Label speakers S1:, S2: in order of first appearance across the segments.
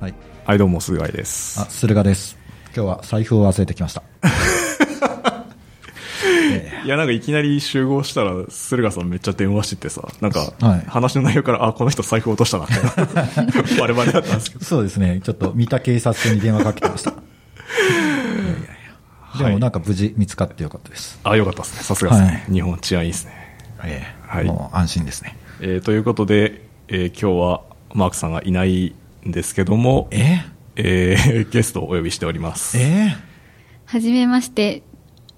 S1: はい。
S2: はい、どうも、菅井です
S1: あ、。駿河です。今日は財布を忘れてきました。え
S2: いや、なんかいきなり集合したら、駿河さんめっちゃ電話しててさ、なんか
S1: はい、
S2: 話の内容から、あ、この人財布落と したなって、バレバレだったんですけ
S1: ー
S2: ど。
S1: そうですね。ちょっと見た警察に電話かけてました。いやいやいや で
S2: は
S1: も
S2: い
S1: なんか無事見つかってよかったです。
S2: あ、よかったですね。さすがですね。
S1: はい
S2: 日本治安いいですね。
S1: ええ
S2: はい
S1: もう安心ですね。
S2: えーということで、えー今日はマークさんがいないんですけども、
S1: え
S2: えーゲストをお呼びしております。
S1: え
S3: はじめまして、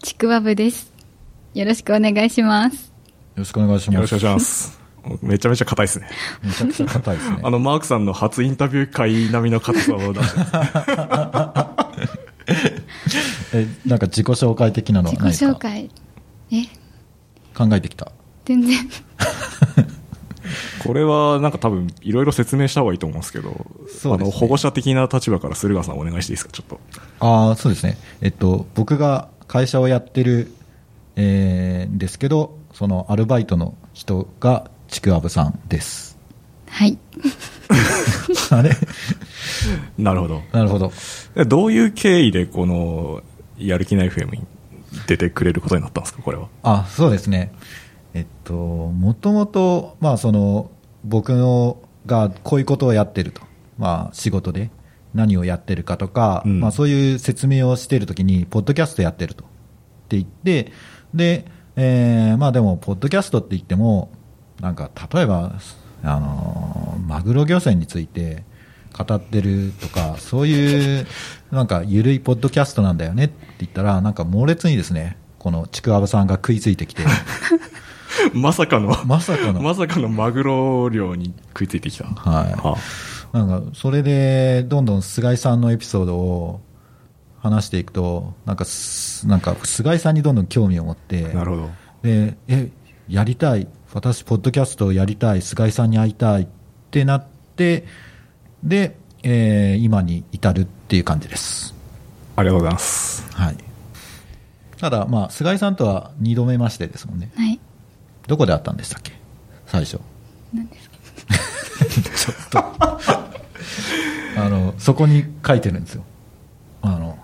S3: ちくわぶです。よろしくお願いします。
S1: よろしくお願いします。
S2: よろしくお願いします。めちゃめちゃ硬いですね。
S1: めちゃくちゃ硬い ですね。
S2: あの、マークさんの初インタビュー会並みの硬さを出してます。
S1: え、なんか自己紹介的なのは
S3: 自己
S1: ないですか
S3: 紹介。え、
S1: 考えてきた。
S3: 全然。
S2: これはなんか多分いろいろ説明した方がいいと思うんですけど、
S1: そう
S2: あ
S1: ですね
S2: の保護者的な立場から駿河さんお願いしていいですか、ちょっと。
S1: ああ、そうですね。えっと、僕が会社をやってる、えー、ですけど、そのアルバイトの人がちくわぶさん です。
S3: はい。
S1: あれ
S2: なるほど。
S1: なるほど。
S2: でどういう経緯でこのやる気ない FM に出てくれることになったんですか、これは。
S1: あ、そうですね。えっと、もともと、まあ、その、僕のがこういうことをやってると。まあ、仕事で何をやってるかとか、
S2: うん
S1: まあ、そういう説明をしているときに、ポッドキャストやってると。って言って、で、えーまあでも、ポッドキャストって言っても、なんか、例えば、あのーマグロ漁船について語ってるとか、そういう、なんか、ゆるいポッドキャストなんだよねって言ったら、なんか猛烈にですね、このちくわぶさんが食いついてき て、
S2: まさかの、
S1: まさかの
S2: まさかのマグロ漁に食いついてきた。
S1: はい
S2: あ
S1: なんか、それで、どんどん菅井さんのエピソードを話していくと、なんかす、なんか、菅井さんにどんどん興味を持って、
S2: なるほど。
S1: でえやりたい私ポッドキャストをやりたい菅井さんに会いたいってなってで、えー今に至るっていう感じです
S2: ありがとうございます。
S1: はいただまあ菅井さんとは2度目ましてですもんね
S3: はい。
S1: どこで会ったんでしたっけ最初
S3: 何ですか
S1: あのそこに書いてるんですよあの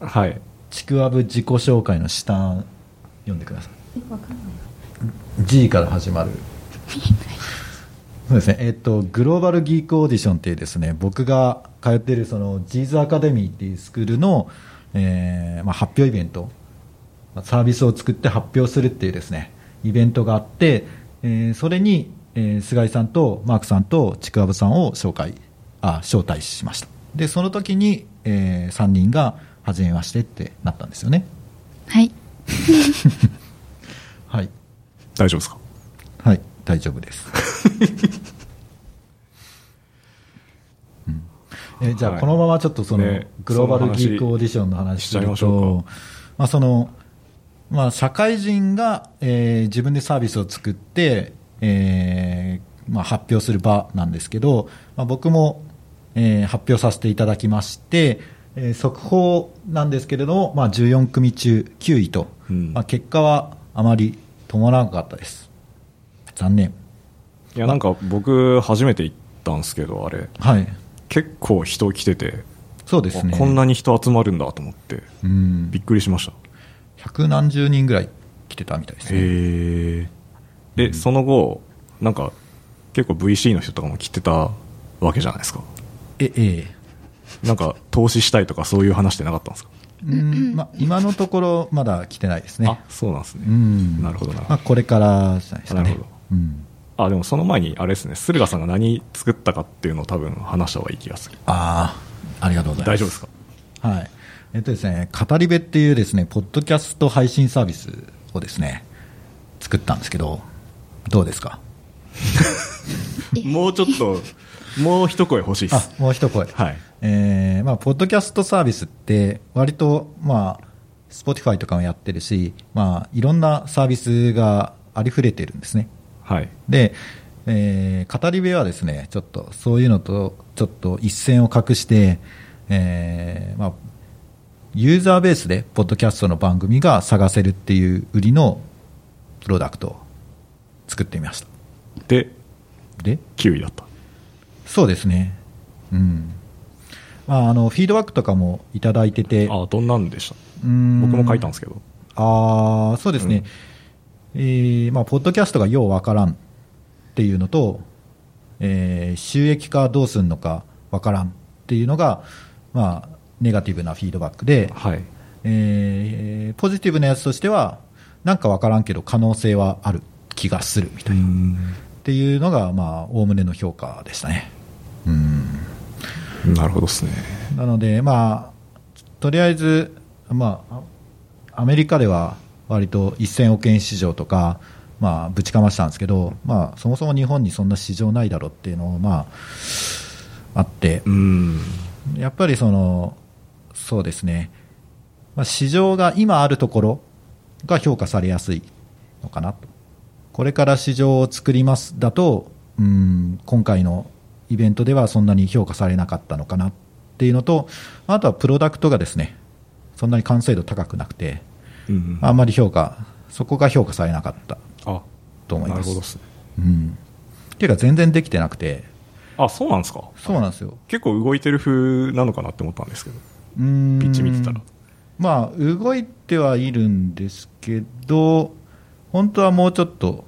S2: はい。
S1: ちくわぶ自己紹介の下読んでください
S3: わかんない。
S1: G から始まる。そうですね。えっと、グローバルギークオーディションっていうですね、僕が通ってるその G's アカデミーっていうスクールの、えーまあ、発表イベント、まあサービスを作って発表するっていうですね、イベントがあって、えーそれに、えー菅井さんとマークさんとちくわぶさんを紹介、あ、招待しました。で、その時に、え3人が、初めましてってなったんですよね。
S3: はい。
S1: はい。
S2: 大丈夫ですか
S1: はい、大丈夫 です。うんえじゃ
S2: は
S1: あ、
S2: い
S1: このままちょっとその、
S2: ね
S1: グローバルギークオーディションの話
S2: し
S1: す
S2: ちゃい
S1: る
S2: ましょ
S1: と、まあそのまあ、社会人が、えー自分でサービスを作って、えーまあ、発表する場なんですけど、まあ、僕も、えー発表させていただきまして、えー速報なんですけれども、まあ、14組中9位と、
S2: うん
S1: まあ、結果はあまり伴わなかったです。残念。
S2: いや、なんか僕初めて行ったんですけど、あれ、
S1: はい。
S2: 結構人来てて、
S1: そうですね。
S2: あこんなに人集まるんだと思って、
S1: うん
S2: びっくりしました。
S1: 百何十人ぐらい来てたみたいですね。
S2: へえ。で、その後、なんか、結構 VC の人とかも来てたわけじゃないですか。
S1: え、え
S2: なんか、投資したいとかそういう話ってなかったんですか、
S1: えうん、ま、今のところまだ来てないですね
S2: あ。、そうなんですね。
S1: うん。
S2: なるほどなるほ
S1: まあ、
S2: ど。
S1: これからじゃないですかね。
S2: なるほど
S1: うん。
S2: あ、でもその前に、あれですね、駿河さんが何作ったかっていうのを多分話した方がいい気がする。
S1: ああ、ありがとうございま
S2: 大
S1: す。
S2: 丈夫ですか
S1: 夫はい。えっとですね、語り部っていうですね、ポッドキャスト配信サービスをですね、作ったんですけど、どうですか
S3: え
S2: もうちょっと、もう一声欲しいで
S1: あ
S2: す。、
S1: もう一声。
S2: はい。
S1: えーまあ、ポッドキャストサービスって、割と、まあ、Spotify とかもやってるし、まあ、いろんなサービスがありふれてるんですね。
S2: はい。
S1: で、えー語り部はですね、ちょっとそういうのとちょっと一線を画して、えーまあ、ユーザーベースでポッドキャストの番組が探せるっていう売りのプロダクトを作ってみました。
S2: で、
S1: で、
S2: 9位だった。
S1: そうですね。うん。まあ、あのフィードバックとかもいただいてて、
S2: あどんなんでした
S1: 僕
S2: 僕も書いたんですけど。
S1: ああ、そうですね。えーまあ、ポッドキャストがようわからんっていうのと、えー収益化どうすんのかわからんっていうのが、まあ、ネガティブなフィードバックで、
S2: はい。
S1: えーポジティブなやつとしては、なんかわからんけど可能性はある気がするみたいな。っていうのが、まあ、おおむねの評価でしたね。うん。
S2: なるほどですね。
S1: なので、まあ、とりあえず、まあ、あアメリカでは割と1000億円市場とか、まあ、ぶちかましたんですけど、まあ、そもそも日本にそんな市場ないだろうっていうのを、まあ、あって
S2: う、ん。
S1: やっぱりその、そうですね、まあ、市場が今あるところが評価されやすいのかなと。これから市場を作りますだと、うん、今回のイベントではそんなに評価されなかったのかなっていうのと、あとはプロダクトがですね、そんなに完成度高くなくて、
S2: うん
S1: あんまり評価、そこが評価されなかった
S2: あ、
S1: と思い
S2: な
S1: ま
S2: る
S1: す。
S2: ほどですね。
S1: うん。っていうか全然できてなくて、
S2: あ、そうなんですか
S1: そうなんですよ。
S2: 結構動いてる風なのかなって思ったんですけど。
S1: ピッ
S2: ッチ見てたら
S1: まあ、動いてはいるんですけど、本当はもうちょっと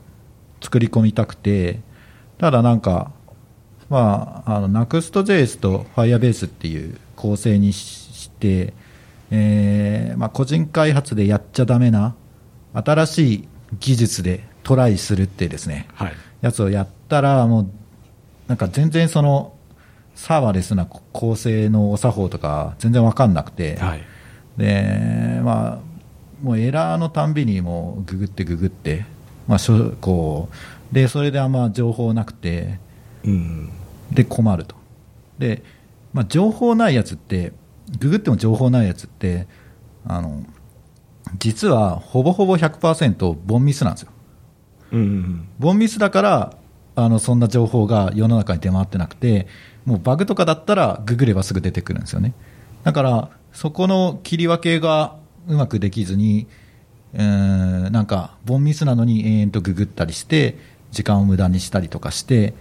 S1: 作り込みたくて、ただなんか、まあ、あの、Next.js と Firebase っていう構成にしして、えーまあ、個人開発でやっちゃダメな、新しい技術でトライするってですね、
S2: はい。
S1: やつをやったら、もう、なんか全然その、サーバーレスな構成のお作法とか、全然わかんなくて、
S2: はい。
S1: で、まあ、もうエラーのたんびにもうググってググって、まあ、しょこう、で、それであんま情報なくて、
S2: うん。
S1: で、困ると。で、まあ、情報ないやつって、ググっても情報ないやつって、あの、実はほぼほぼ100%ボンミスなんですよ。
S2: うん。
S1: ボンミスだから、あの、そんな情報が世の中に出回ってなくて、もうバグとかだったらググればすぐ出てくるんですよね。だから、そこの切り分けがうまくできずに、うーん、なんか、ボンミスなのに延々とググったりして、時間を無駄にしたりとかして、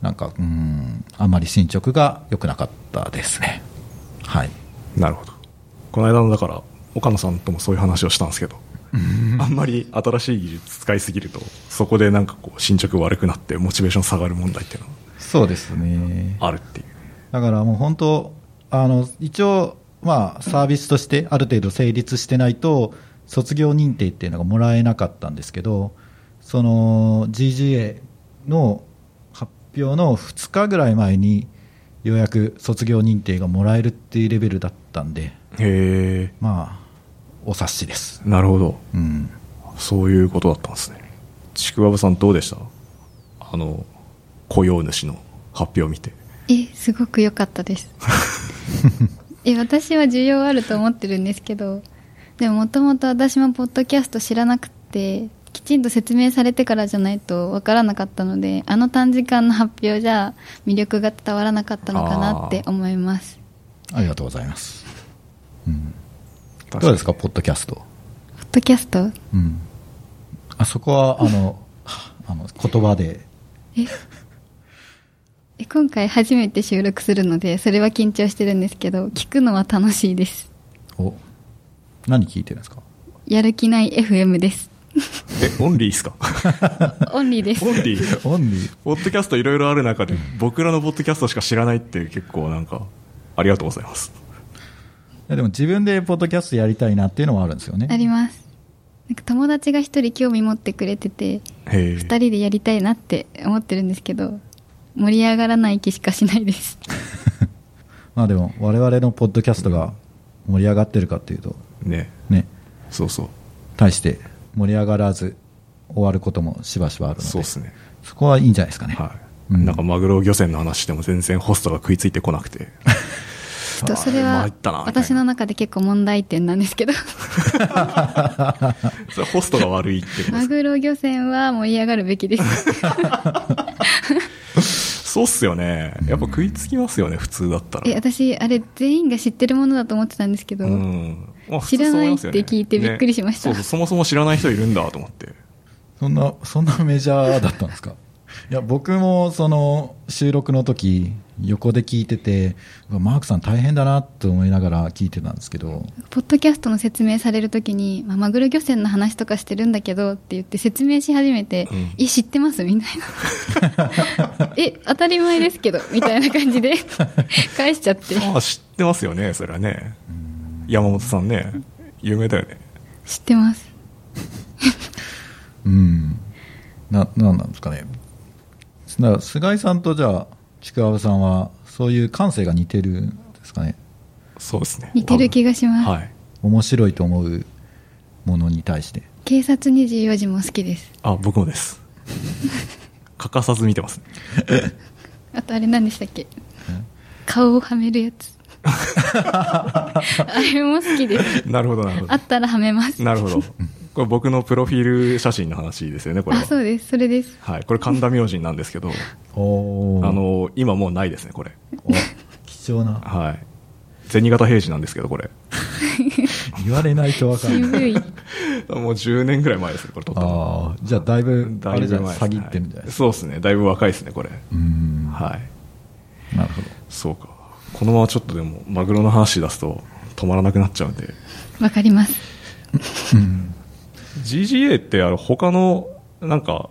S1: なんか、うーん、あまり進捗が良くなかったですね。はい。
S2: なるほど。この間の、だから、岡野さんともそういう話をしたんですけど、あんまり新しい技術使いすぎると、そこでなんかこう、進捗悪くなって、モチベーション下がる問題っていうの
S1: そうですね。
S2: はあるっていう。
S1: だからもう本当、あの一応、まあ、サービスとしてある程度成立してないと、卒業認定っていうのがもらえなかったんですけど、その GGA の発表の2日ぐらい前に、ようやく卒業認定がもらえるっていうレベルだったんで、
S2: へ
S1: まあ、お察しです。
S2: え、なるほど。
S1: うん、
S2: そういうことだったんですね。ちくわぶさんどうでしたあの、雇用主の発表を見て。
S3: えすごく良かったです え私は需要あると思ってるんですけどでももともと私もポッドキャスト知らなくてきちんと説明されてからじゃないと分からなかったのであの短時間の発表じゃ魅力が伝わらなかったのかなって思います
S1: ありがとうございます。うん、どうですか、ポッドキャスト。
S3: ポッドキャスト
S1: うん、あそこはあのあの言葉で
S3: え え今回初めて収録するのでそれは緊張してるんですけど聞くのは楽しいです
S1: お何聞いてるんですか
S3: やる気ない FM です
S2: え、オンリーですか
S3: オンリーです
S2: オンリー
S1: オンリー
S2: ポッドキャストいろいろある中で、僕らのポッドキャストしか知らないって結構なんか、ありがとうございます。
S1: でも自分でポッドキャストやりたいなっていうのはあるんですよね
S3: ありますなんか友達が一人興味持ってくれてて
S2: へえ。
S3: 二人でやりたいなって思ってるんですけど盛り上がらない気しかしないです
S1: まあでも我々のポッドキャストが盛り上がってるかっていうと
S2: ね。
S1: ね
S2: そうそう。
S1: 対して盛り上がらず終わることもしばしばあるので
S2: そうですね。
S1: そこはいいんじゃないですかね、
S2: はい。
S1: うん
S2: なんかマグロ漁船の話しても全然ホストが食いついてこなく て。
S3: ちょっとそれ
S2: あー
S3: は
S2: 参ったなみたいな
S3: 私の中で結構問題点なんです けど
S2: それホストが悪いってことで
S3: マ
S2: すか
S3: グロ漁船は盛り上がるべきです
S2: そうっすよね。やっぱ食いつきますよね、普通だったら。
S3: え私あれ全員が知ってるものだと思ってたんですけど、
S2: うんまあ
S3: 知らないって聞いて
S2: 普通そう思ますよね
S3: びっくりしました
S2: ねそうそうそもそも知らない人いるんだと思って。
S1: そん なそんなメジャーだったんですかいや僕もその収録の時横で聞いてて、うわマークさん大変だなと思いながら聞いてたんですけど、
S3: ポッドキャストの説明されるときに、まあ、マグロ漁船の話とかしてるんだけどって言って説明し始めて、
S2: うん
S3: え、知ってますみた いな。え、当たり前ですけど、みたいな感じで返しちゃって。
S2: まあ知ってますよね、それはね。山本さんね、有名だよね。
S3: 知ってます。
S1: うん、な、なんなんですかね。だから菅井さんとじゃあ、ちくわぶさんは、そういう感性が似てるんですかね。
S2: そうですね。
S3: 似てる気がします。
S2: はい。
S1: 面白いと思うものに対して。
S3: 警察24時も好きです。
S2: あ、僕も です。欠かさず見てます、ね。
S3: あとあれ何でしたっけ顔をはめるや つ。あれも好きです。
S2: なるほど、なるほ
S3: あったらはめます。
S2: ど。なるほど。これ僕のプロフィール写真の話ですよね、これ
S3: あ、
S2: は。
S3: そうです。それです。
S2: はい。これ神田明神なんですけど、
S1: おー
S2: あ、の、今もうないですね、これ。
S1: お貴重な。
S2: はい。銭形平次なんですけど、これ。
S1: 言われないとわかんない。
S3: 渋い。
S2: もう10年ぐらい前ですね、これ撮ったの。
S1: ああ、じゃあだいぶ、
S2: だ
S1: あ
S2: い
S1: れじゃ
S2: ぶ
S1: ん
S2: 前です
S1: 詐欺ってるんじゃない
S2: は
S1: で
S2: い
S1: すか。
S2: そうですね、だいぶ若いですね、これ。
S1: うん、
S2: はい。
S1: なるほど。
S2: そうか。このままちょっとでも、マグロの話出すと止まらなくなっちゃうんで。
S3: わかります。
S2: GGA って、あの、他の、なんか、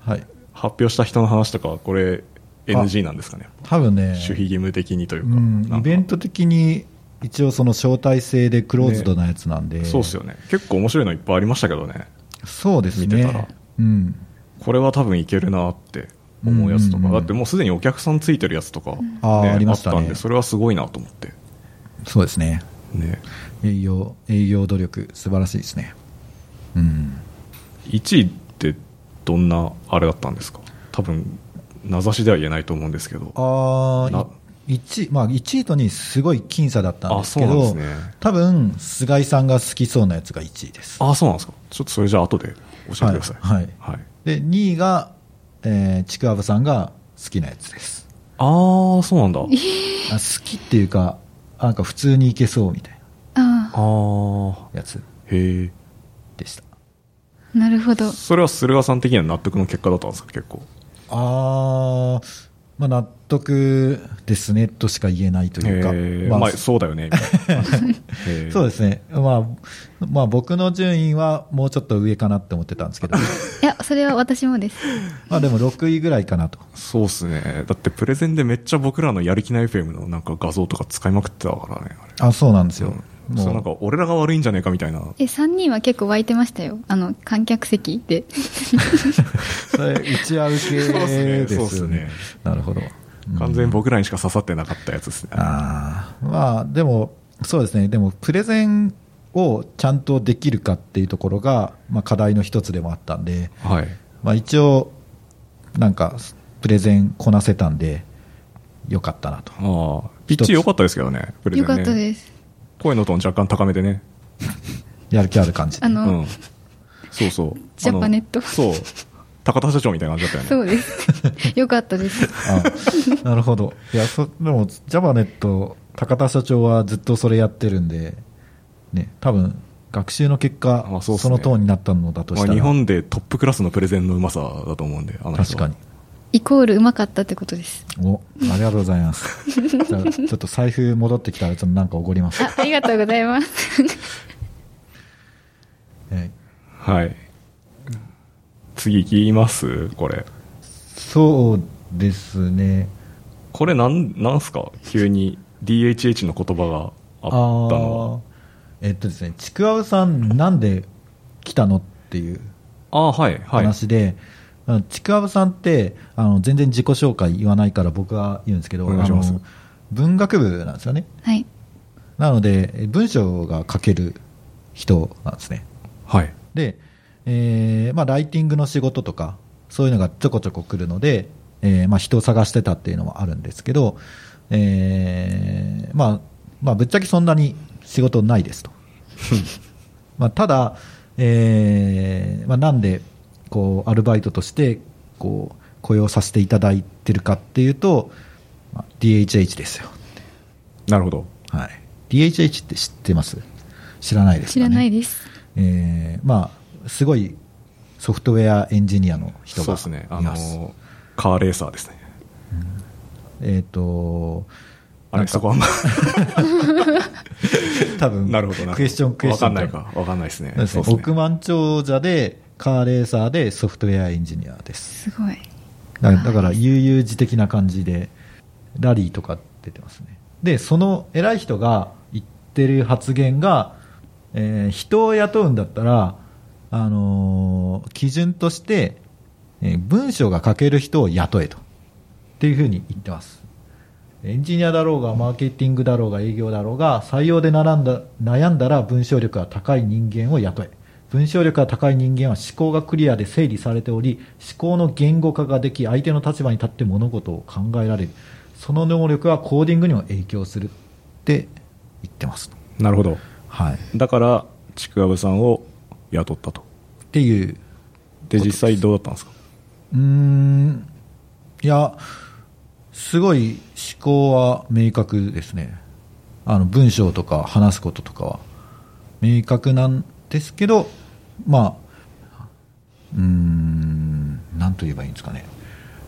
S1: はい。
S2: 発表した人の話とかは、これ、NG なんですかね。
S1: 多分ね、
S2: 守秘義務的にという
S1: う
S2: か。
S1: ん、
S2: なん
S1: イ
S2: か
S1: ベント的に一応その招待制でクローズドなやつなんで、
S2: そうっすよね。結構面白いのいっぱいありましたけどね。
S1: そうですね
S2: 見てたら
S1: うん、
S2: これは多分いけるなって思うやつと
S1: うんうん
S2: か。
S1: うん
S2: だってもうすでにお客さんついてるやつとか、
S1: あーありましたね
S2: あったんで、それはすごいなと思って。
S1: そうですね
S2: ね。
S1: 営業営業努力素晴らしいですねうん
S2: 1位ってどんなあれだったんですか多分名指しでは言えないと思うんですけど
S1: あ
S2: な
S1: あ1位、まあ、1位と2位すごい僅差だったん
S2: あ
S1: です
S2: そう
S1: け
S2: なんで
S1: ど、
S2: すね
S1: 多分菅井さんが好きそうなやつが1位です
S2: あそうなんですかちょっとそれじゃあ後で教えてください
S1: はい
S2: はい
S1: で2位が、えーちくわぶさんが好きなやつです
S2: ああそうなんだ
S1: あ好きっていうかなんか普通にいけそうみたい
S3: あ
S2: ああ
S1: なやつ
S2: へえ
S1: でした
S3: あ、なるほど。
S2: それは駿河さん的には納得の結果だったんですか結構
S1: あー、まあ、納得ですねとしか言えないというか、
S2: へえ
S1: まあ
S2: まあそうだよねみ たいなへえ
S1: そうですね、まあまあ、僕の順位はもうちょっと上かなって思ってたんですけ ど、
S3: いや、それは私もです。
S1: まあでも6位ぐらいかなと、
S2: そうっすねだってプレゼンでめっちゃ僕らのやる気ない FM のなんか画像とか使いまくってたからねあれ
S1: あそうなんですよ、
S2: うん
S1: も
S2: そう
S1: う
S2: なんか俺らが悪いんじゃねえかみたいな
S3: え、3人は結構湧いてましたよ。あの、観客席で。
S1: それ、打ち合う系です
S2: そう
S1: よ
S2: っすねそうっす
S1: ね
S2: ね、
S1: なるほど、うん
S2: 完全に僕らにしか刺さってなかったやつですね
S1: あーまあ、でも、そうですね、でもプレゼンをちゃんとできるかっていうところが、まあ、課題の一つでもあったんで。
S2: はい
S1: まあ、一応、なんか、プレゼンこなせたんで、よかったなと。
S2: ああ、ピッチ良かったですけどね、プレゼ
S3: よ
S2: ンね。
S3: かったです。
S2: 声のトーン若干高めでね。
S1: やる気ある感じ。
S3: あ
S2: う
S3: の、
S2: ん。そうそう。
S3: ジャパネット
S2: あのそう。高田社長みたいな感じだったよ
S3: そ
S2: ね。
S3: うです。 よかったです。
S1: あなるほど。いや、そ、でも、ジャバネット、高田社長はずっとそれやってるんで、ね、多分、学習の結果、
S2: まあそ
S1: そう
S2: っすね
S1: のトーンになったのだと
S2: ま
S1: し
S2: あ、
S1: たら、
S2: 日本でトップクラスのプレゼンのうまさだと思うんで、あの人
S1: 確か
S2: は
S1: に。。
S3: イコールうまかったってことです。
S1: お、ありがとうございます。 じゃあ、ちょっと財布戻ってきたら、ちょっとなんかおごります。
S3: あ、ありがとうございます。
S1: え
S2: はい。次行きますこれ。
S1: そうですね。
S2: これなん、なんすか急に DHH の言葉があったのは。
S1: あーえっとですね、ちくわぶさん、なんで来たのっていう
S2: ああー、はい、はい。
S1: 話で、あのちくわぶさんってあの、全然自己紹介言わないから僕は言うんですけど、
S2: お願いします
S1: あの文学部なんですよね。
S3: はい。
S1: なので、え文章が書ける人なんですね。
S2: はい。
S1: で、えーまあ、ライティングの仕事とか、そういうのがちょこちょこ来るので、えーまあ、人を探してたっていうのもあるんですけど、えーまあ、まあ、ぶっちゃけそんなに仕事ないですと。まあ、ただ、えーまあ、なんで、こう、アルバイトとして、こう、雇用させていただいてるかっていうと、まあ、DHH ですよ。
S2: なるほど。
S1: はい。DHH って知ってます知らないです
S3: 知
S1: かね
S3: らないです。
S1: えーまあ、すごいソフトウェアエンジニアの人
S2: そう
S1: が
S2: ですね。あ
S1: います。
S2: の、カーレーサーですね。
S1: えっ、 と、
S2: あれ、そこはあんま、
S1: 多分、
S2: なるほどなるほど。
S1: クエスチョン、クエスチョン。
S2: わかんないか。わかんないですね。
S1: そうですね。
S2: そうです
S1: 億万長者で、カーレーサーでソフトウェアエンジニアです。
S3: すごい
S1: だだから、悠々自適な感じで、ラリーとか出てますね。で、その偉い人が言ってる発言が、えー人を雇うんだったら、あのー基準として、えー文章が書ける人を雇えと。っていうふうに言ってます。エンジニアだろうが、マーケティングだろうが、営業だろうが、採用で悩んだ悩んだら文章力が高い人間を雇え。文章力が高い人間は思考がクリアで整理されており、思考の言語化ができ、相手の立場に立って物事を考えられる。その能力はコーディングにも影響するって言ってます。
S2: なるほど。
S1: はい。
S2: だから、ちくわぶさんを雇ったと。
S1: っていう
S2: で、実際どうだったんですか
S1: うーんいや、すごい思考は明確ですね。あの文章とか話すこととかは明確なんですけど、まあ、うーん、なんと言えばいいんですかね。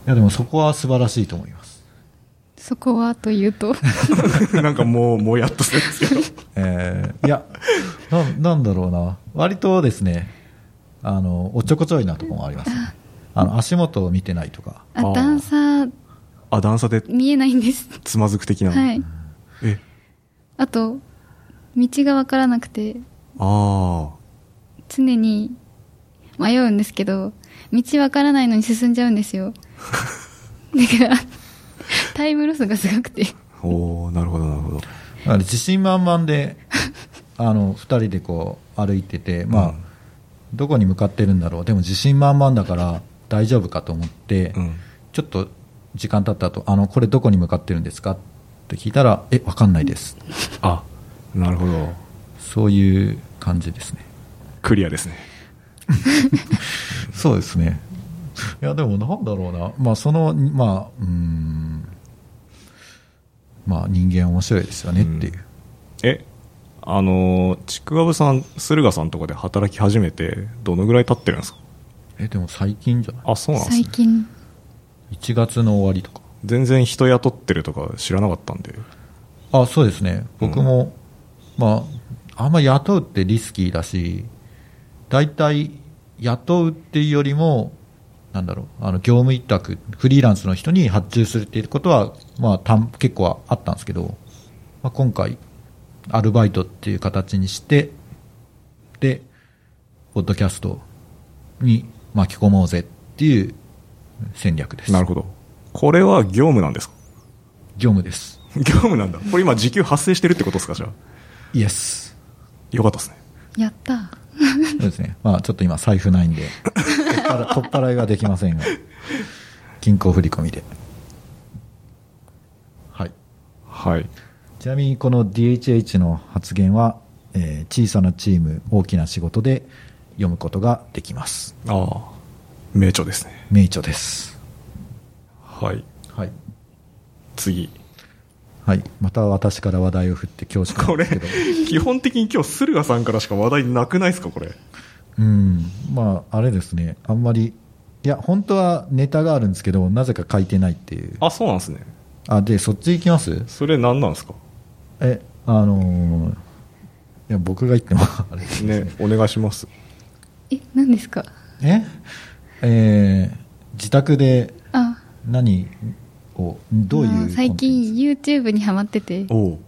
S1: いや、でもそこは素晴らしいと思います。
S3: そこはというと
S2: なんかもう、もうやっとするんですけど。
S1: えーいやな、なんだろうな、割とですね、あの、おっちょこちょいなとこもあります、ね。あの、足元を見てないとか。
S3: あ
S2: あー
S3: 段差
S2: あ、段差で
S3: 見えないんです
S2: つまずく的な。
S3: はい
S2: え、
S3: あと道が分からなくて
S2: あ
S3: 常に迷うんですけど道分からないのに進んじゃうんですよだからタイムロスがすごくて
S2: あ。おおなるほど、なるほど。
S1: だから自信満々で あの2人でこう歩いてて、まあ
S2: うん
S1: どこに向かってるんだろうでも自信満々だから大丈夫かと思って、
S2: うん。
S1: ちょっと時間経った後あのこれどこに向かってるんですかって聞いたらえわかんないです
S2: あ、なるほど。
S1: そういう感じですね
S2: クリアですね。
S1: そうですねいやでもなんだろうなまあそのまあうーんまあ人間面白いですよねっていう、
S2: え、あのー、ちくわぶさん、駿河さんとかで働き始めて、どのぐらい経ってるんですか
S1: えでも最近じゃない
S2: あ、そうなんです
S3: 最
S2: ね。
S3: 近
S1: 1月の終わりとか
S2: 全然人雇ってるとか知らなかったんで。
S1: あそうですね、
S2: うん
S1: 僕も、まあ、あんま雇うってリスキーだし、大体雇うっていうよりも、なんだろう、あの業務委託、フリーランスの人に発注するっていうことは、まあ、たん結構はあったんですけど、まあ、今回、アルバイトっていう形にして、で、ポッドキャストに巻き込もうぜっていう戦略です。
S2: なるほど。これは業務なんですか
S1: 業務です。
S2: 業務なんだ。これ今時給発生してるってことですかじゃあ。
S1: イエス。
S2: よかったですね。
S3: やった
S1: そうですね。まあ、ちょっと今、財布ないんで、取っ払取っ払いはできませんが、銀行振り込みで。はい。
S2: はい。
S1: ちなみに、この DHH の発言は、えー小さなチーム、大きな仕事で読むことができます。
S2: ああ。名著ですね。
S1: 名著です。
S2: はい。
S1: はい。
S2: 次。
S1: はい。また私から話題を振って恐縮な
S2: こ
S1: んで
S2: れ
S1: すけど。、
S2: 基本的に今日、駿河さんからしか話題なくないですかこれ。
S1: うん。まあ、あれですね。あんまり、いや、本当はネタがあるんですけど、なぜか書いてないっていう。
S2: あ、そうなんですね。
S1: あ、で、そっち行きます
S2: それ何なんですか
S1: えあのーいや僕が言っても あれですね
S2: ね、お願いします。
S3: え何ですか
S1: ええー自宅で
S3: あ
S1: 何をどういう
S3: あの最近
S1: コン
S3: YouTube にハマってて
S2: おう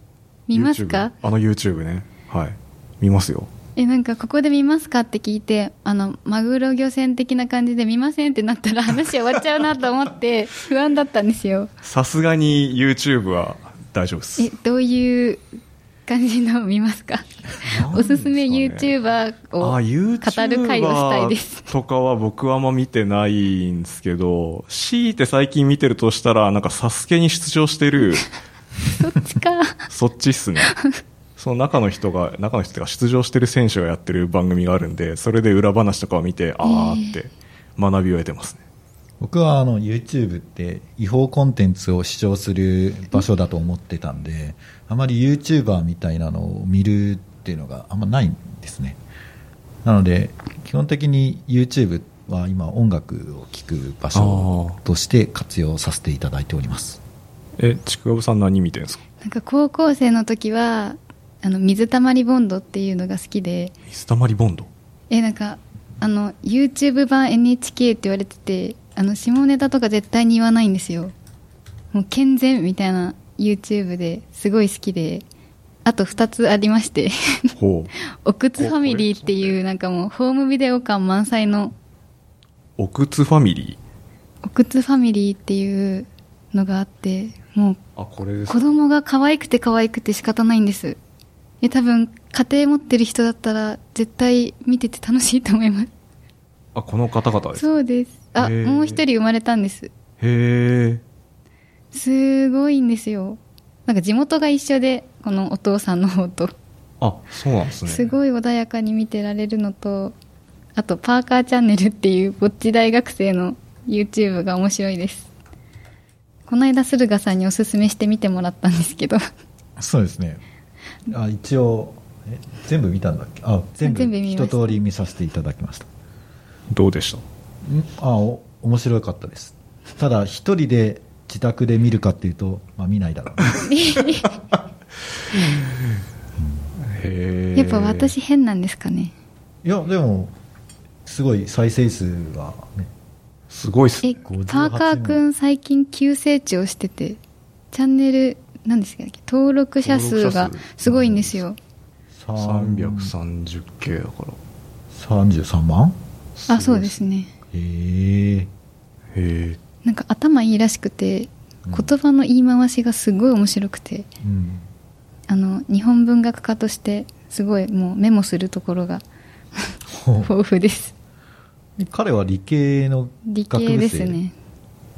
S3: 見ますか
S2: YouTube あの YouTube ね。はい。見ますよ。
S3: えなんかここで見ますかって聞いてあのマグロ漁船的な感じで見ませんってなったら話終わっちゃうなと思って不安だったんですよ
S2: さすがに YouTube は大丈夫で
S3: え
S2: す。
S3: どういう感じのを見ますかおすすめ YouTuber を
S2: あ YouTuber
S3: 語る会をしたいです
S2: とかは僕はあんま見てないんですけど、強いて最近見てるとしたら、なんかサスケに出場してる、
S3: そっち か
S2: そっちっすね。その中の人が、中の人が出場してる選手がやってる番組があるんで、それで裏話とかを見て、あーって学びを得てますね。
S1: テンツ僕はあの YouTube って違法コンテンツを視聴する場所だと思ってたんであまり YouTuber みたいなのを見るっていうのがあんまないんですねなので基本的に YouTube は今音楽を聴く場所として活用させていただいております
S2: え、ちくわぶさん何見てんすか
S3: なんか高校生の時はあの水たまりボンドっていうのが好きで
S2: 水溜りボンド。
S3: えなんかあの YouTube 版 NHK って言われててあの下ネタとか絶対に言わないんですよもう健全みたいな YouTube ですごい好きであと2つありまして
S2: ほう。
S3: おくつファミリーっていうなんかもうホームビデオ感満載の
S2: おくつファミリ
S3: おくつファミリーっていうのがあってもう
S2: ー。あ、これです
S3: 子
S2: か。
S3: 供が可愛くて可愛くて仕方ないんですえ多分家庭持ってる人だったら絶対見てて楽しいと思います
S2: あ、この方々です。
S3: そうですあ
S2: へー
S3: もう一人生まれたんです
S2: へえ。
S3: すごいんですよなんか地元が一緒でこのお父さんの方と
S2: あ、そうなんですね。
S3: すごい穏やかに見てられるのとあとパーカーチャンネルっていうぼっち大学生の YouTube が面白いですこの間駿河さんにおすすめして見てもらったんですけど
S1: そうですねあ一応え全部見たんだっけあ全部
S3: 全部見ま
S1: 一
S3: した
S1: 通り見させていただきました
S2: どうでした
S1: んあお面白かったですただ一人で自宅で見るかっていうと、まあ、見ないだ ろうな
S2: へえ。
S3: やっぱ私変なんですかね
S1: いやでもすごい再生数がね
S2: すごいっす
S3: え
S2: ね。
S3: パ
S1: 58
S3: ーカーくん最近急成長しててチャンネル何ですかね登録者数が
S2: 登録者数
S3: すごいんですよ
S1: さん
S2: 330系だから。
S1: 33万
S3: あそうですすね
S1: へえ
S2: ごいっす。へえ。
S3: なんか頭いいらしくて
S1: うん
S3: 言葉の言い回しがすごい面白くて
S1: うん
S3: あの日本文学家としてすごいもうメモするところが
S1: ほう
S3: 豊富です
S1: 彼は理系の
S3: 理
S1: 学部生
S3: 系ですね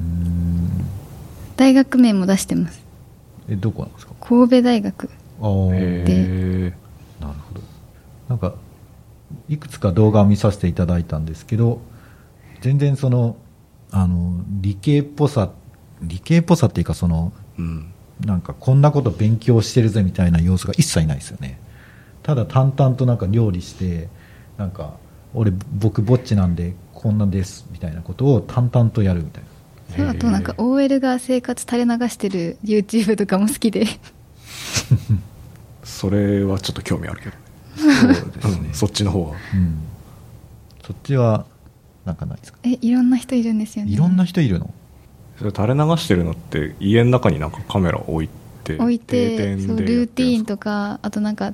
S1: うーん
S3: 大学名も出してます
S1: えどこなんですか
S3: 神戸大学
S1: ああ
S2: へ
S1: なる
S2: え。
S1: ほどなんかいくつか動画を見させていただいたんですけど全然そのあの理系っぽさ理系っぽさっていうかその
S2: うん。
S1: なんかこんなこと勉強してるぜみたいな様子が一切ないですよねただ淡々となんか料理してなんか俺僕ぼっちなんでこんなんですみたいなことを淡々とやるみたいな
S3: そうあとなんか OL が生活垂れ流してる YouTube とかも好きで
S2: それはちょっと興味あるけど。
S1: そうで
S2: うんそっちの方は。
S1: うん、そっちはなんかないですか
S3: えいろんな人いるんですよね
S1: いろんな人いるの
S2: それ垂れ流してるのって家の中になんかカメラ置いて
S3: 置いて
S2: 定
S3: そ
S2: 点
S3: う
S2: で
S3: ルーティーン
S2: か
S3: とかあとなんか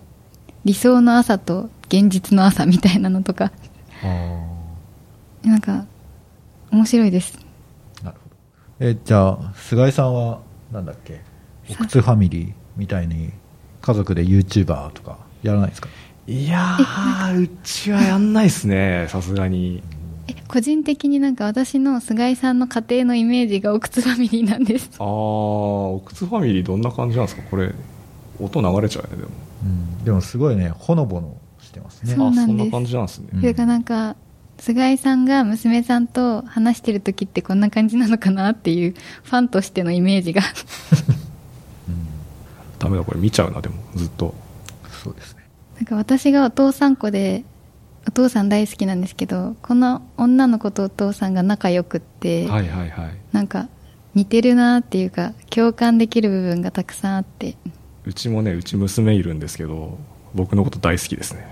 S3: 理想の朝と現実の朝みたいなのとか
S1: ああ
S3: なんか面白いです
S1: なるほどえじゃあ菅井さんはなんだっけおくつファミリーみたいに家族で YouTuber とかやらないですか
S2: いやーうちはやんないっすねさすがに
S3: え個人的になんか私の菅井さんの家庭のイメージがおくつファミリーなんです
S2: あーおくつファミリーどんな感じなんですかこれ音流れちゃうねでも
S1: うんでもすごいねほのぼのしてますね
S3: そうなんです
S2: あそんな感じなんですね、
S1: うん
S3: それがなんか菅井さんが娘さんと話してる時ってこんな感じなのかなっていうファンとしてのイメージが
S2: ダメだこれ見ちゃうなでもずっと
S1: そうですね
S3: なんか私がお父さん子でお父さん大好きなんですけどこの女の子とお父さんが仲良くって、
S2: はいはいはい
S3: なんか似てるなっていうか共感できる部分がたくさんあって
S2: うちもねうち娘いるんですけど僕のこと大好きですね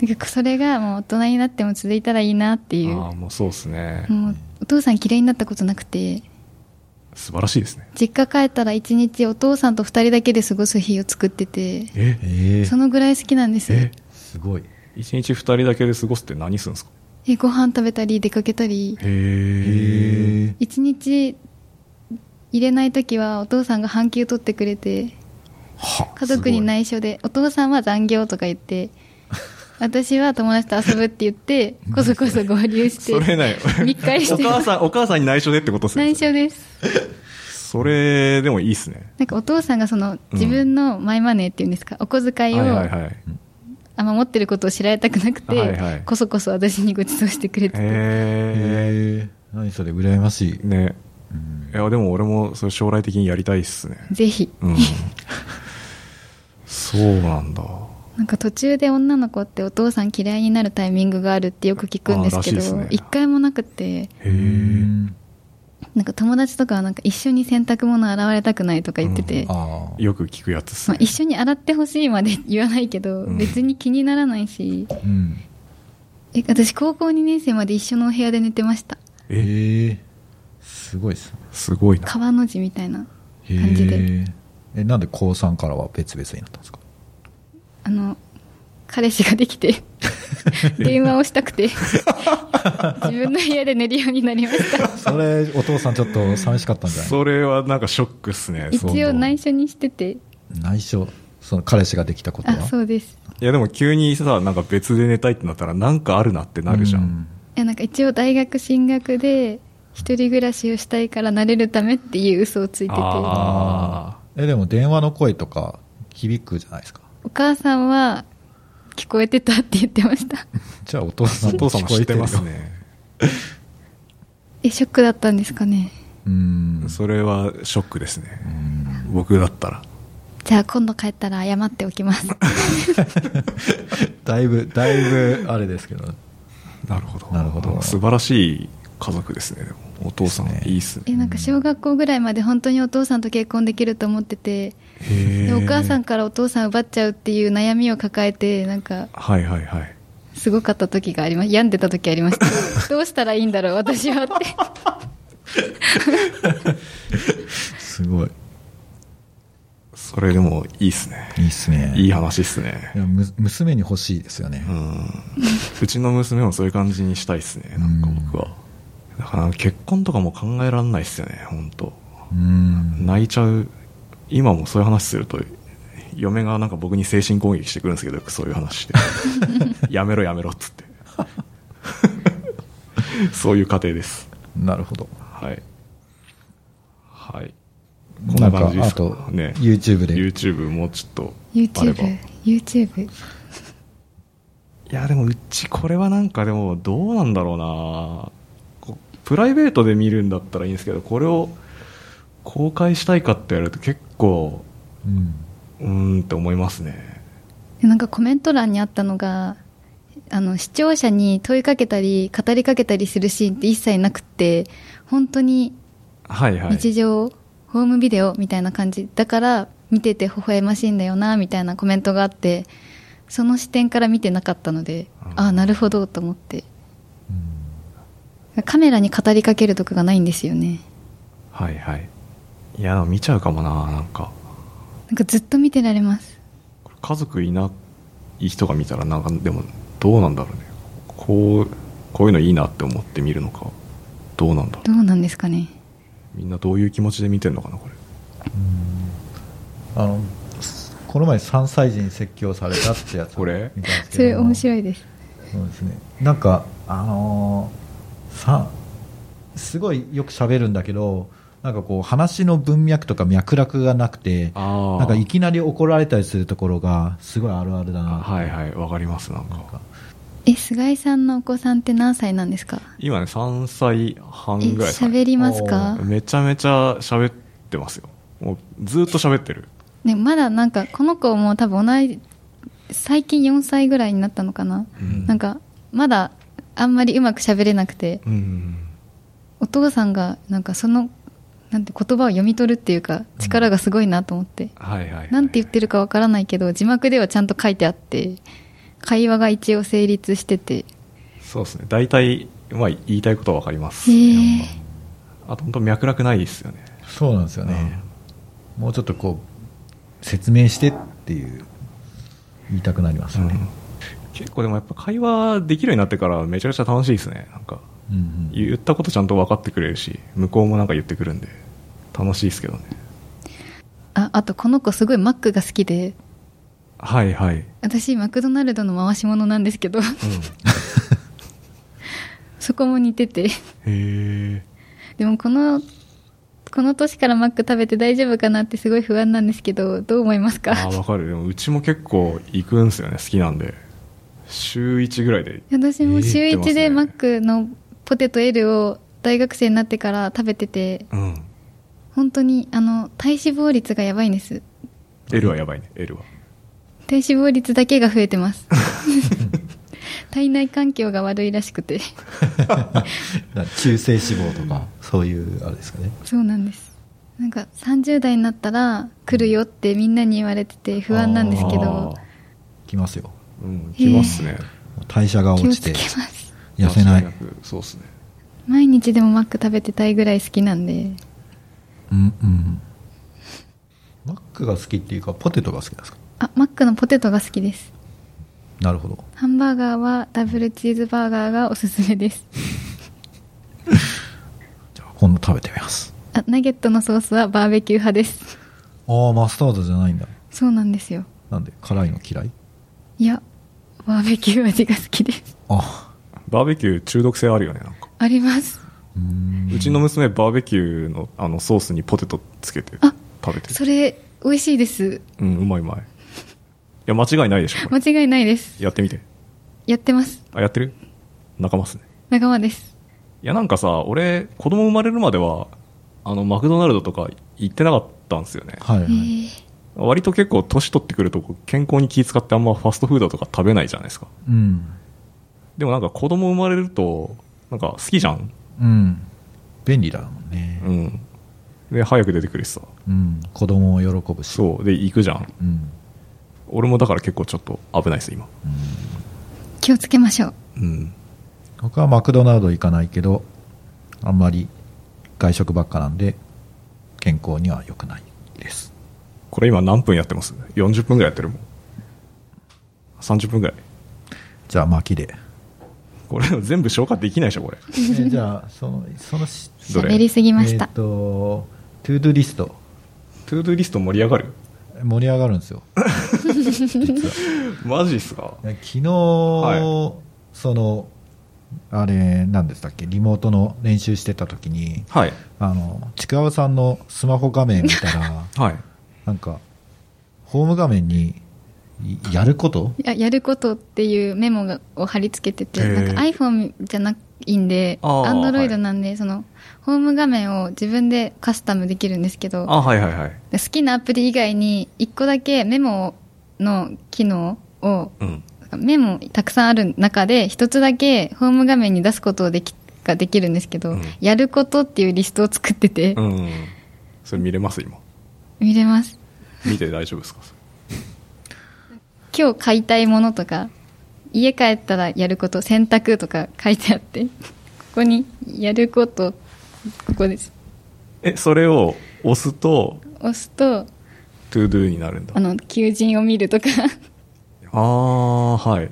S3: なんかそれがもう大人になっても続いたらいいなっていう
S2: ああもうそうっすね、
S3: もうお父さん嫌いになったことなくて
S2: 素晴らしいですね
S3: 実家帰ったら一日お父さんと二人だけで過ごす日を作ってて
S2: え
S1: え
S3: そのぐらい好きなんです
S2: え
S3: え
S1: すごい
S2: 一日二人だけで過ごすって何するんですか
S3: ご飯食べたり出かけたり
S2: へえ
S3: 一日入れない時はお父さんが半休取ってくれて家族に内緒でお父さんは残業とか言って私は友達と遊ぶって言ってこそこそ合流して
S2: それない
S3: 密会して
S2: お母さんお母さんに内緒でってことですね
S3: 内緒です
S2: それでもいいっすね
S3: なんかお父さんがその自分のマイマネーっていうんですか、お小遣いを
S2: はいはいはい
S3: あんま持ってることを知られたくなくて、
S2: はいはい
S3: こそこそ私にご馳走してくれて
S2: へ
S3: て
S1: えー、何それ羨ましい、
S2: えね
S1: うん
S2: いやでも俺もそれ将来的にやりたいっすね
S3: ぜひ
S2: うん そうなんだ
S3: なんか途中で女の子ってお父さん嫌いになるタイミングがあるってよく聞くんですけ
S2: あーらしいです
S3: ど
S2: ね
S3: 一、回もなくて
S2: へ
S1: う
S2: え
S1: ん
S3: なんか友達とかはなんか一緒に洗濯物洗われたくないとか言ってて、
S2: うん
S1: ああ
S2: よく聞くやつっす
S3: まあ
S2: ね、
S3: 一緒に洗ってほしいまで言わないけど、
S2: うん
S3: 別に気にならないし
S1: うん
S3: え私高校2年生まで一緒のお部屋で寝てました
S1: え
S2: え
S1: ーすごいですね
S2: すごいな
S3: 川の字みたいな
S1: へ
S3: 感じで
S1: ええなんで高3からは別々になったんですか
S3: あの彼氏ができて電話をしたくて自分の部屋で寝るようになりました
S1: それお父さんちょっと寂しかったんじゃない
S2: それはなんかショックっすね
S3: 一応
S2: ない
S3: 内緒にしてて
S1: 内緒その彼氏ができたことは
S3: あそうです
S2: いやでも急にさなんか別で寝たいってなったらなんかあるなってなるじゃん、
S3: いやなんか一応大学進学で一人暮らしをしたいから慣れるためっていう嘘をついて
S2: あ
S3: てお
S1: ああえでも電話の声とか響くじゃないですか
S3: 母さんは聞こえてたって言ってました
S1: じゃあお父 さ
S2: お
S1: ん
S2: 父さんも知ってます
S1: 聞こ
S2: ね
S3: えショックだったんですか
S1: え
S3: ね
S1: てるようん
S2: それはショックですね、僕だったら
S3: じゃあ今度帰ったら謝っておきます
S1: だいぶだいぶあれですけど
S2: なるほど
S1: なるほど
S2: 素晴らしい家族ですねでもお父さん
S1: ですね
S2: いいっすね
S3: えなんか小学校ぐらいまで本当にお父さんと結婚できると思ってて
S2: へ
S3: で
S2: え
S3: お母さんからお父さん奪っちゃうっていう悩みを抱えてなんか
S2: はいはいはい
S3: すごかった時がありま病んでた時ありまし たどうしたらいいんだろう私はって
S1: すごい
S2: それでもいいっすね
S1: いいっすね
S2: いい
S1: い
S2: 話っすね
S1: やむ娘に欲しいですよね、
S2: うんうちの娘もそういう感じにしたいっすねなんか僕はだから結婚とかも考えられないっすよね本当
S1: うん
S2: 泣いちゃう今もそういう話すると嫁がなんか僕に精神攻撃してくるんですけどよくそういう話してやめろやめろっつってそういう過程です
S1: なるほど
S2: はいはいこんな感じですか
S1: なんかあと
S2: ね
S1: YouTube で
S2: YouTube もうちょっとあれば
S3: YouTubeYouTube
S2: いやでもうちこれはなんかでもどうなんだろうなこうプライベートで見るんだったらいいんですけどこれを公開したいかってやると結構
S1: うん
S2: うーんって思いますね
S3: でなんかコメント欄にあったのがあの視聴者に問いかけたり語りかけたりするシーンって一切なくって本当に
S2: はいはい
S3: 日常、ホームビデオみたいな感じだから見てて微笑ましいんだよなみたいなコメントがあってその視点から見てなかったので、
S2: うん
S3: ああなるほどと思ってカメラに語りかけるとかがないんですよね
S2: はいはいいや見ちゃうかもななんか
S3: なんかずっと見てられます
S2: これ家族いない人が見たらなんかでもどうなんだろうねこうこういうのいいなって思って見るのかどうなんだろう
S3: どうなんですかね
S2: みんなどういう気持ちで見てんのかなこれ
S1: あのこの前3歳児に説教されたってやつ
S2: これ
S1: 見たんですけ
S3: それ
S1: ども
S3: 面白いです
S1: そうですねなんかあのーさすごいよく喋るんだけどなんかこう話の文脈とか脈絡がなくて
S2: ああ
S1: なんかいきなり怒られたりするところがすごいあるあるだな
S2: はいはいわかりますなんか
S3: え菅井さんのお子さんって何歳なんですか
S2: 今ね3歳半
S3: え
S2: ぐらいですかね
S3: 喋りますか
S2: めちゃめちゃ喋ってますよもうずっと喋ってる
S3: ねまだなんかこの子も多分同い最近4歳ぐらいになったのかな、
S2: うん
S3: なんかまだあんまりうまく喋れなくて
S2: うん
S3: お父さんがなんかそのなんて言葉を読み取るっていうか力がすごいなと思って、
S2: はいはい、はい、
S3: なんて言ってるかわからないけど字幕ではちゃんと書いてあって会話が一応成立してて
S2: そうですね大体、まあ、言いたいことは分かります、
S3: へえ
S2: あと本当脈絡ないですよね
S1: そうなんですよね、もうちょっとこう説明してっていう言いたくなりますよね、
S2: 結構でもやっぱ会話できるようになってからめちゃくちゃ楽しいですねなんか
S1: うんうん
S2: 言ったことちゃんと分かってくれるし向こうもなんか言ってくるんで楽しいですけどね
S3: ああとこの子すごいマックが好きで
S2: はいはい、
S3: 私マクドナルドの回し物なんですけど そこも似てて
S2: へえ
S3: でもこのこの年からマック食べて大丈夫かなってすごい不安なんですけどどう思いますか
S2: ああ分かるでもうちも結構行くんですよね好きなんで週1ぐらいで
S3: 私も週
S2: えー言ってますね
S3: 1でマックのポテト L を大学生になってから食べてて
S2: うん
S3: 本当にあの体脂肪率がやばいんです
S2: L はやばいね L は
S3: 体脂肪率だけが増えてます体体内環境が悪いらしくて
S1: 中性脂肪とかそういうあれですかね
S3: そうなんですなんか30代になったら来るよってみんなに言われてて不安なんですけ
S2: あ
S3: ど
S2: ー
S1: きますよ
S2: うん、来ますね。
S1: 代謝が
S3: 気
S1: 落
S3: を
S1: ち
S3: つけ
S1: て
S3: ます
S1: 痩せない
S2: 間違く。そうですね。
S3: 毎日でもマック食べてたいぐらい好きなんで
S1: うんうんマックが好きっていうかポテトが好きなんですか
S3: あマックのポテトが好きです
S1: なるほど
S3: ハンバーガーはダブルチーズバーガーがおすすめです
S1: じゃあ今度食べてみます
S3: あナゲットのソースはバーベキュー派です
S1: ああマスタードじゃないんだ
S3: そうなんですよ
S1: なんで辛いの嫌い
S3: いやバーベキュー味が好きです
S1: あ
S2: バーベキュー中毒性あるよね、なんか。
S3: あります
S1: うーん
S2: うちの娘、バーベキューのあのソースにポテトつけて
S3: あ
S2: 食べて
S3: そ
S2: る。
S3: れ美味しいです
S2: うん、うまいうまい。いや、間違いないでしょ、これ。
S3: 間違いないです
S2: やってみて。
S3: やってます
S2: あ、やってる仲間っすね。
S3: 仲間です
S2: いや、なんかさ、俺、子供生まれるまでは、あの、マクドナルドとか行ってなかったんですよね。
S1: はいはい、
S3: へー
S2: 割と結構年取ってくると、健康に気遣ってあんまファストフードとか食べないじゃないですか。
S1: うん
S2: でもなんか子供生まれると、なんか好きじゃん
S1: うん便利だもんね
S2: うん。で、早く出てくるしさ。
S1: うん子供を喜ぶし
S2: そう。で、行くじゃん。
S1: うん
S2: 俺もだから結構ちょっと危ないです、今。
S3: 気をつけましょう
S2: うん。
S1: 僕はマクドナルド行かないけどあんまり外食ばっかなんで健康には良くないです
S2: これ今何分やってます ?40 分ぐらいやってるもん。30分ぐらい。
S1: じゃあ巻き で
S2: これ全部消化できないでしょ、これ。
S1: えじゃあそのそのし
S2: どれ
S3: 喋りすぎました、
S1: えっ、とトゥードゥリスト
S2: トゥードゥーリスト盛り上がる
S1: 盛り上がるん ですよ実は
S2: マジっすか
S1: 昨日、
S2: は
S1: そのあれ何でしたっけリモートの練習してた時に
S2: はい。
S1: あのちくわぶさんのスマホ画面見た ら
S2: はい。
S1: なんかホーム画面にいやること
S3: ややることっていうメモがを貼り付けてて、
S2: へー
S3: なんか iPhone じゃないんで、
S2: あー
S3: Android なんで、その、ホーム画面を自分でカスタムできるんですけど、
S2: あ、はいはいはい。
S3: 好きなアプリ以外に、一個だけメモの機能を、
S2: うん。
S3: メモたくさんある中で、一つだけホーム画面に出すことをできができるんですけど、
S2: うん
S3: やることっていうリストを作ってて、
S2: うん。それ見れます、今。
S3: 見れます。
S2: 見て大丈夫ですかそれ
S3: 今日買いたいものとか家帰ったらやること洗濯とか書いてあってここにやることここです
S2: え、それを押すと、
S3: 押すと
S2: トゥードゥーになるんだ
S3: あ。の求人を見るとか
S2: あー、はい。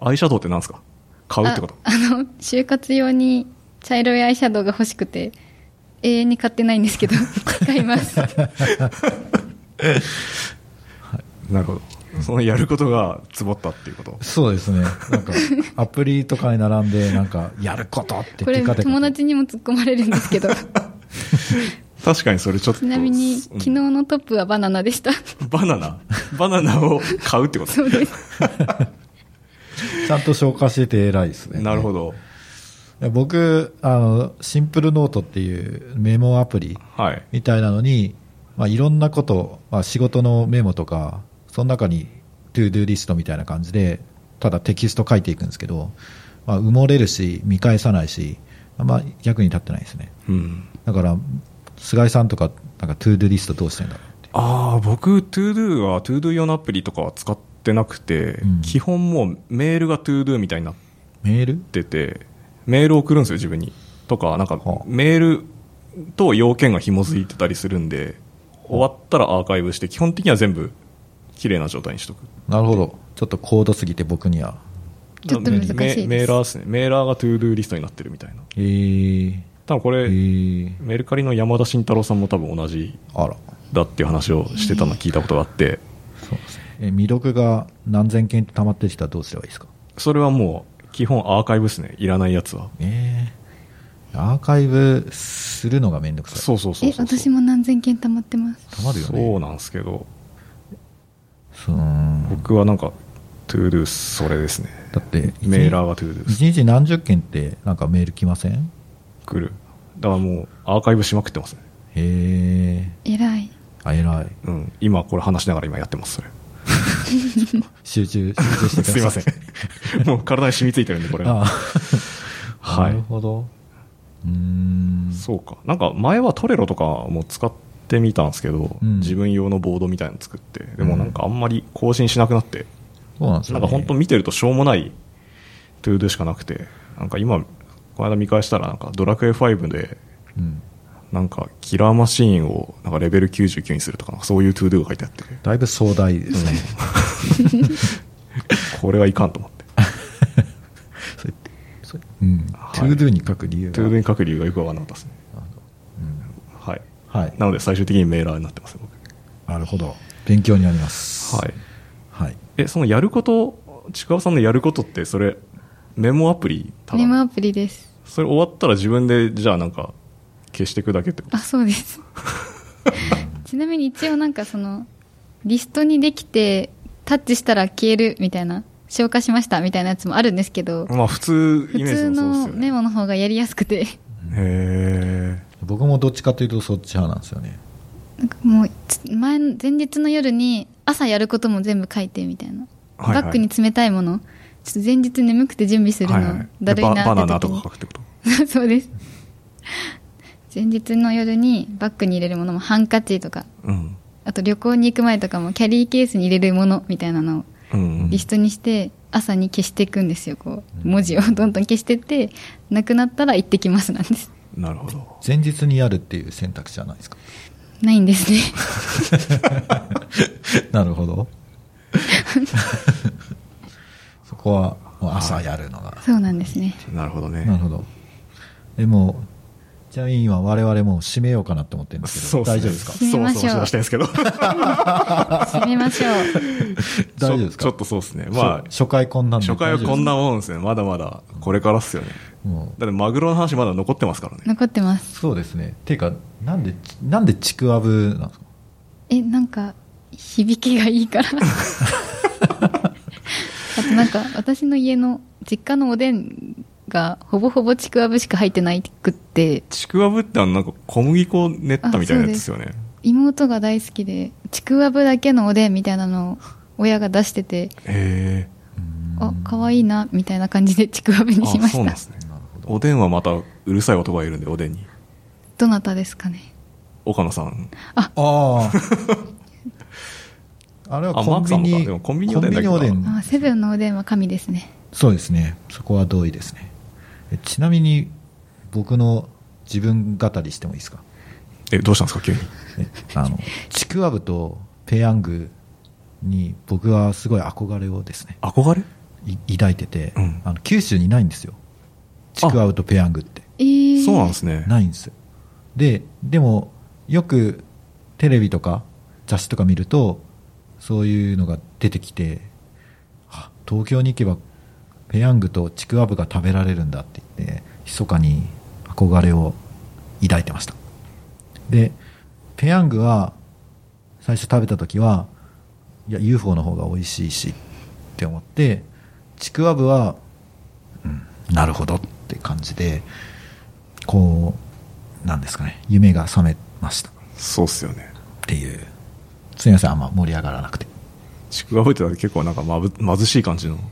S2: アイシャドウって何すか買うってこと
S3: あの就活用に茶色いアイシャドウが欲しくて永遠に買ってないんで すけど買います
S2: なるほど。そのやることがツボったっていうこと。
S1: そうですねなん かアプリとかに並んでなんかやることって
S3: これ
S1: テカテカ
S3: 友達にも突っ込まれるんですけど
S2: 確かにそれちょっと。
S3: ちなみに
S2: うん
S3: 昨日のトップはバナナでした
S2: バナナバナナを買うってこと
S3: そうです
S1: ちゃんと消化してて偉いですね
S2: なるほ
S1: ど
S2: ど。
S1: 僕あのシンプルノートっていうメモアプリ
S2: はい。
S1: みたいなのに、まあ、いろんなこと、まあ、仕事のメモとか、その中に、トゥードゥリストみたいな感じで、ただテキスト書いていくんですけど、まあ、埋もれるし、見返さないし、あんま役に立ってないですね。
S2: うん。
S1: だから、菅井さんとか、なんかトゥードゥリストどうしてんだろうって。
S2: ああ、僕、トゥードゥは、トゥードゥ用のアプリとかは使ってなくて、
S1: ん
S2: 基本もうメールがトゥードゥみたいになっ
S1: メール
S2: てて、メール送るんですよ、自分に。とか、なんか
S1: はあ、
S2: メールと要件が紐づいてたりするんで、終わったらアーカイブして、基本的には全部、綺麗な状態にしとく。
S1: なるほど。ちょっと高度すぎて僕には。
S3: ちょっと難しいです
S2: メメーラーですね。メーラーがトゥードゥリストになってるみたいな。
S1: えー、
S2: 多分こ
S1: え
S2: れ、
S1: ー、
S2: メルカリの山田慎太郎さんも多分同じ
S1: あら。
S2: だっていう話をしてたの聞いたことがあって、
S1: そうですね。え、未読が何千件って溜まってる人はどうすればいいですか
S2: それはもう基本アーカイブですね。いらないやつは。
S1: ねえアーカイブするのがめんどくさい。
S2: そうそうそう
S3: え
S2: そう。
S3: 私も何千件溜まってます
S1: たまるよね。
S2: そうなんですけど、
S1: そううん
S2: 僕はなんか、トゥードゥそれですね。
S1: だって、
S2: メーラーがトゥードゥ
S1: 一日何十件ってなんかメール来ません
S2: 来る。だからもうアーカイブしまくってますね。
S1: へえ。
S3: 偉い
S1: あ、偉い。
S2: うん。今これ話しながら今やってます、それ。
S1: 集中、集中してください。
S2: すいません。 もう体に染みついてるんで、これが。
S1: ああ、
S2: は
S1: なる
S2: い。
S1: ほど。うーん。
S2: そうか。なんか前はトレロとかも使ってみたんですけど、
S1: うん
S2: 自分用のボードみたいなの作って、でもなんかあんまり更新しなくなって、
S1: そうなんです
S2: な
S1: よ、ね。
S2: んか本当見てるとしょうもないトゥードゥしかなくて、なんか今、この間見返したらなんかドラクエ5で、
S1: うん
S2: なんかキラーマシーンをなんかレベル99にするとか、なんかそういうトゥードゥが書いてあって、
S1: だいぶ壮大ですね。
S2: これはいかんと思って。
S1: それ それうん。ト
S2: はい
S1: ゥードゥに書く理由
S2: トゥードゥ
S1: が。
S2: に書く理由がよくわからなかったですね。はい。
S1: はい。
S2: なので最終的にメーラーになってます、僕。
S1: なるほど。勉強になります。
S2: はい。
S1: はい。
S2: え、そのやること、ちくわさんのやることって、それ、メモアプリただ
S3: メモアプリです
S2: それ終わったら自分で、じゃあなんか、消していくだけってこと
S3: あそうです ちなみに一応なんかそのリストにできてタッチしたら消えるみたいな消化しましたみたいなやつもあるんですけど
S2: まあ普通、イ
S3: 普
S2: メー
S3: 通
S2: ジもそう
S3: の
S2: です
S3: メ
S2: よね。
S3: モの方がやりやすくて
S2: へ
S1: 僕もどっちかというとそっち派なんですよね。
S3: なんかもうつ前の前日の夜に朝やることも全部書いてみたいな、
S2: はいはい
S3: バッグに冷たいものちょっと前日眠くて準備す
S2: え。
S3: る
S2: はいは
S3: の
S2: い。
S3: だるい
S2: バ
S3: な
S2: バナ
S3: っ
S2: ナ
S3: て
S2: と
S3: 時
S2: か
S3: に
S2: 書くってこと
S3: そうです前日の夜にバッグに入れるものもハンカチとか
S2: うん。
S3: あと旅行に行く前とかもキャリーケースに入れるものみたいなのを
S2: うん
S3: リス。トにして朝に消していくんですよこう文字をどんどん消してってなくなったら行ってきますなんです
S2: なるほど。
S1: 前日にやるっていう選択肢はないです か
S3: ないんです ね
S1: なるほど。 そこはもう朝やるのが。
S3: そうなんですね
S2: なるほど
S1: なる
S2: ね。
S1: ほど。でも、ちなみに今我々もう締めようかなと思ってるんですけ
S2: そう
S1: ど、
S2: すね
S1: 大丈夫 ですか
S2: そ
S3: 見
S2: う
S3: まし
S2: そ
S3: ょう
S2: うしだしてる んですけど。
S3: 締めましょう
S1: 大丈夫ですか
S2: ちょちょっとそうですね。ま
S1: そう初回こんな
S2: あ、
S1: んで
S2: 初回はこんなもんですね。まだまだ、これからっすよね。
S1: もう
S2: だってマグロの話まだ残ってますからね。
S3: 残ってます
S1: そうですねていうかなんでなんでちくわぶなんですか
S3: えなんか響きがいいから あとなんか私の家の実家のおでんがほぼほぼちくわぶしか入ってないくって
S2: ちくわぶってあのなんか小麦粉を練ったみたいなやつですよね。
S3: 妹が大好きでちくわぶだけのおでんみたいなのを親が出してて
S2: へ
S3: あ可愛いなみたいな感じでちくわぶ
S2: え。
S3: にし
S2: あ、
S3: まし
S2: そうなん
S3: た
S2: ですね。
S1: なるほど
S2: おでんはまたうるさい男がいるんで、おでんに。
S3: どなたですかね
S2: 岡野さん。
S1: あ ああれはコ
S2: あ
S1: ンビ
S2: マークさんもか
S1: ニ
S2: でもコンビニおでんだけど
S1: コンビニおでん
S3: あセブンのおでんは神ですね
S1: そうですねそこは同意ですねえちなみに僕の自分語りしてもいいですか
S2: え、どうしたんですか、急に。
S1: えあ のちくわぶとペヤングに僕はすごい憧れをですね
S2: 憧れ
S1: い抱いてて、
S2: うん
S1: あの九州にないんですよちくわぶとペヤングって
S3: えー、
S2: そうなんですね。
S1: ないんですよででもよくテレビとか雑誌とか見るとそういうのが出てきてあ東京に行けばペヤングとちくわぶが食べられるんだって言って密かに憧れを抱いてましたでペヤングは最初食べた時はいや UFO の方が美味しいしって思ってちくわぶは、うん、なるほどって感じでこうなんですかね夢が覚めましたっ
S2: そうっすよね。
S1: ていうすみませんあんま盛り上がらなくて
S2: ちくわぶって結構なんかまぶ貧しい感 じの。ね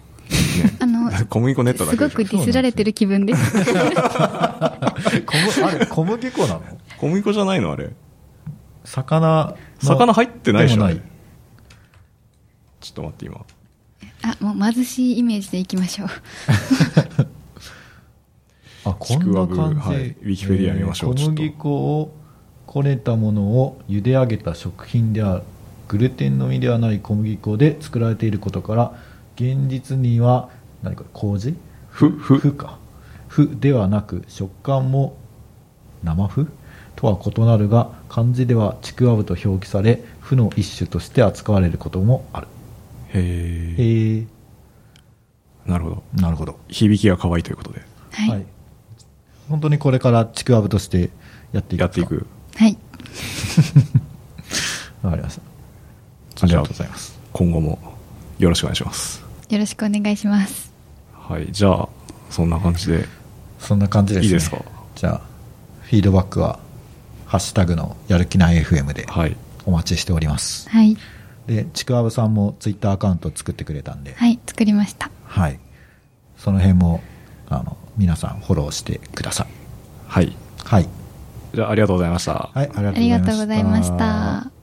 S3: あの
S2: 小麦粉練っただけ
S3: すご
S2: でしょ
S3: くディスられてる気分です
S1: 小麦あ れ小麦粉なの
S2: 小麦粉じゃないのあれ。
S1: 魚の
S2: 魚入ってないでしょ
S1: でも
S2: あ
S1: ない
S2: れちょっと待って今。
S3: あもう貧しいイメージでいきましょう
S1: あこんな感
S2: ちくわぶ
S1: じ、
S2: はいウィキペディア見ましょう
S1: えー
S2: ち
S1: 小
S2: ょっと
S1: 麦粉をこねたものを茹で上げた食品であるグルテンのみではない小麦粉で作られていることから現実には何か麹
S2: ふ、ふ、
S1: 麩か麩ではなく食感も生麩とは異なるが漢字ではちくわぶと表記され麩の一種として扱われることもある
S2: へえ。
S1: へえ
S2: なるほど。
S1: なるほど
S2: 響きが可愛いということで。
S3: はい、
S1: はい、本当にこれからちくわぶとしてやっていく
S2: やっていく。
S3: はい、
S1: わかりました
S2: ありがとうございます。今後もよろしくお願いします。
S3: よろしくお願いします
S2: はい、じゃあ、そんな感じで。
S1: そんな感じですね
S2: いいですか
S1: じゃあフィードバックは「ハッシュタグのやる気ない FM」で
S2: はい。
S1: お待ちしております
S3: はい
S1: でちくわぶさんもツイッターアカウントを作ってくれたんで、はい
S3: はい作りました
S1: その辺もあの皆さんフォローしてください。
S2: はい。
S1: はい、
S2: じゃあ、ありがとうございました。
S1: はい、あ
S3: ありがとうございまし
S1: した
S3: た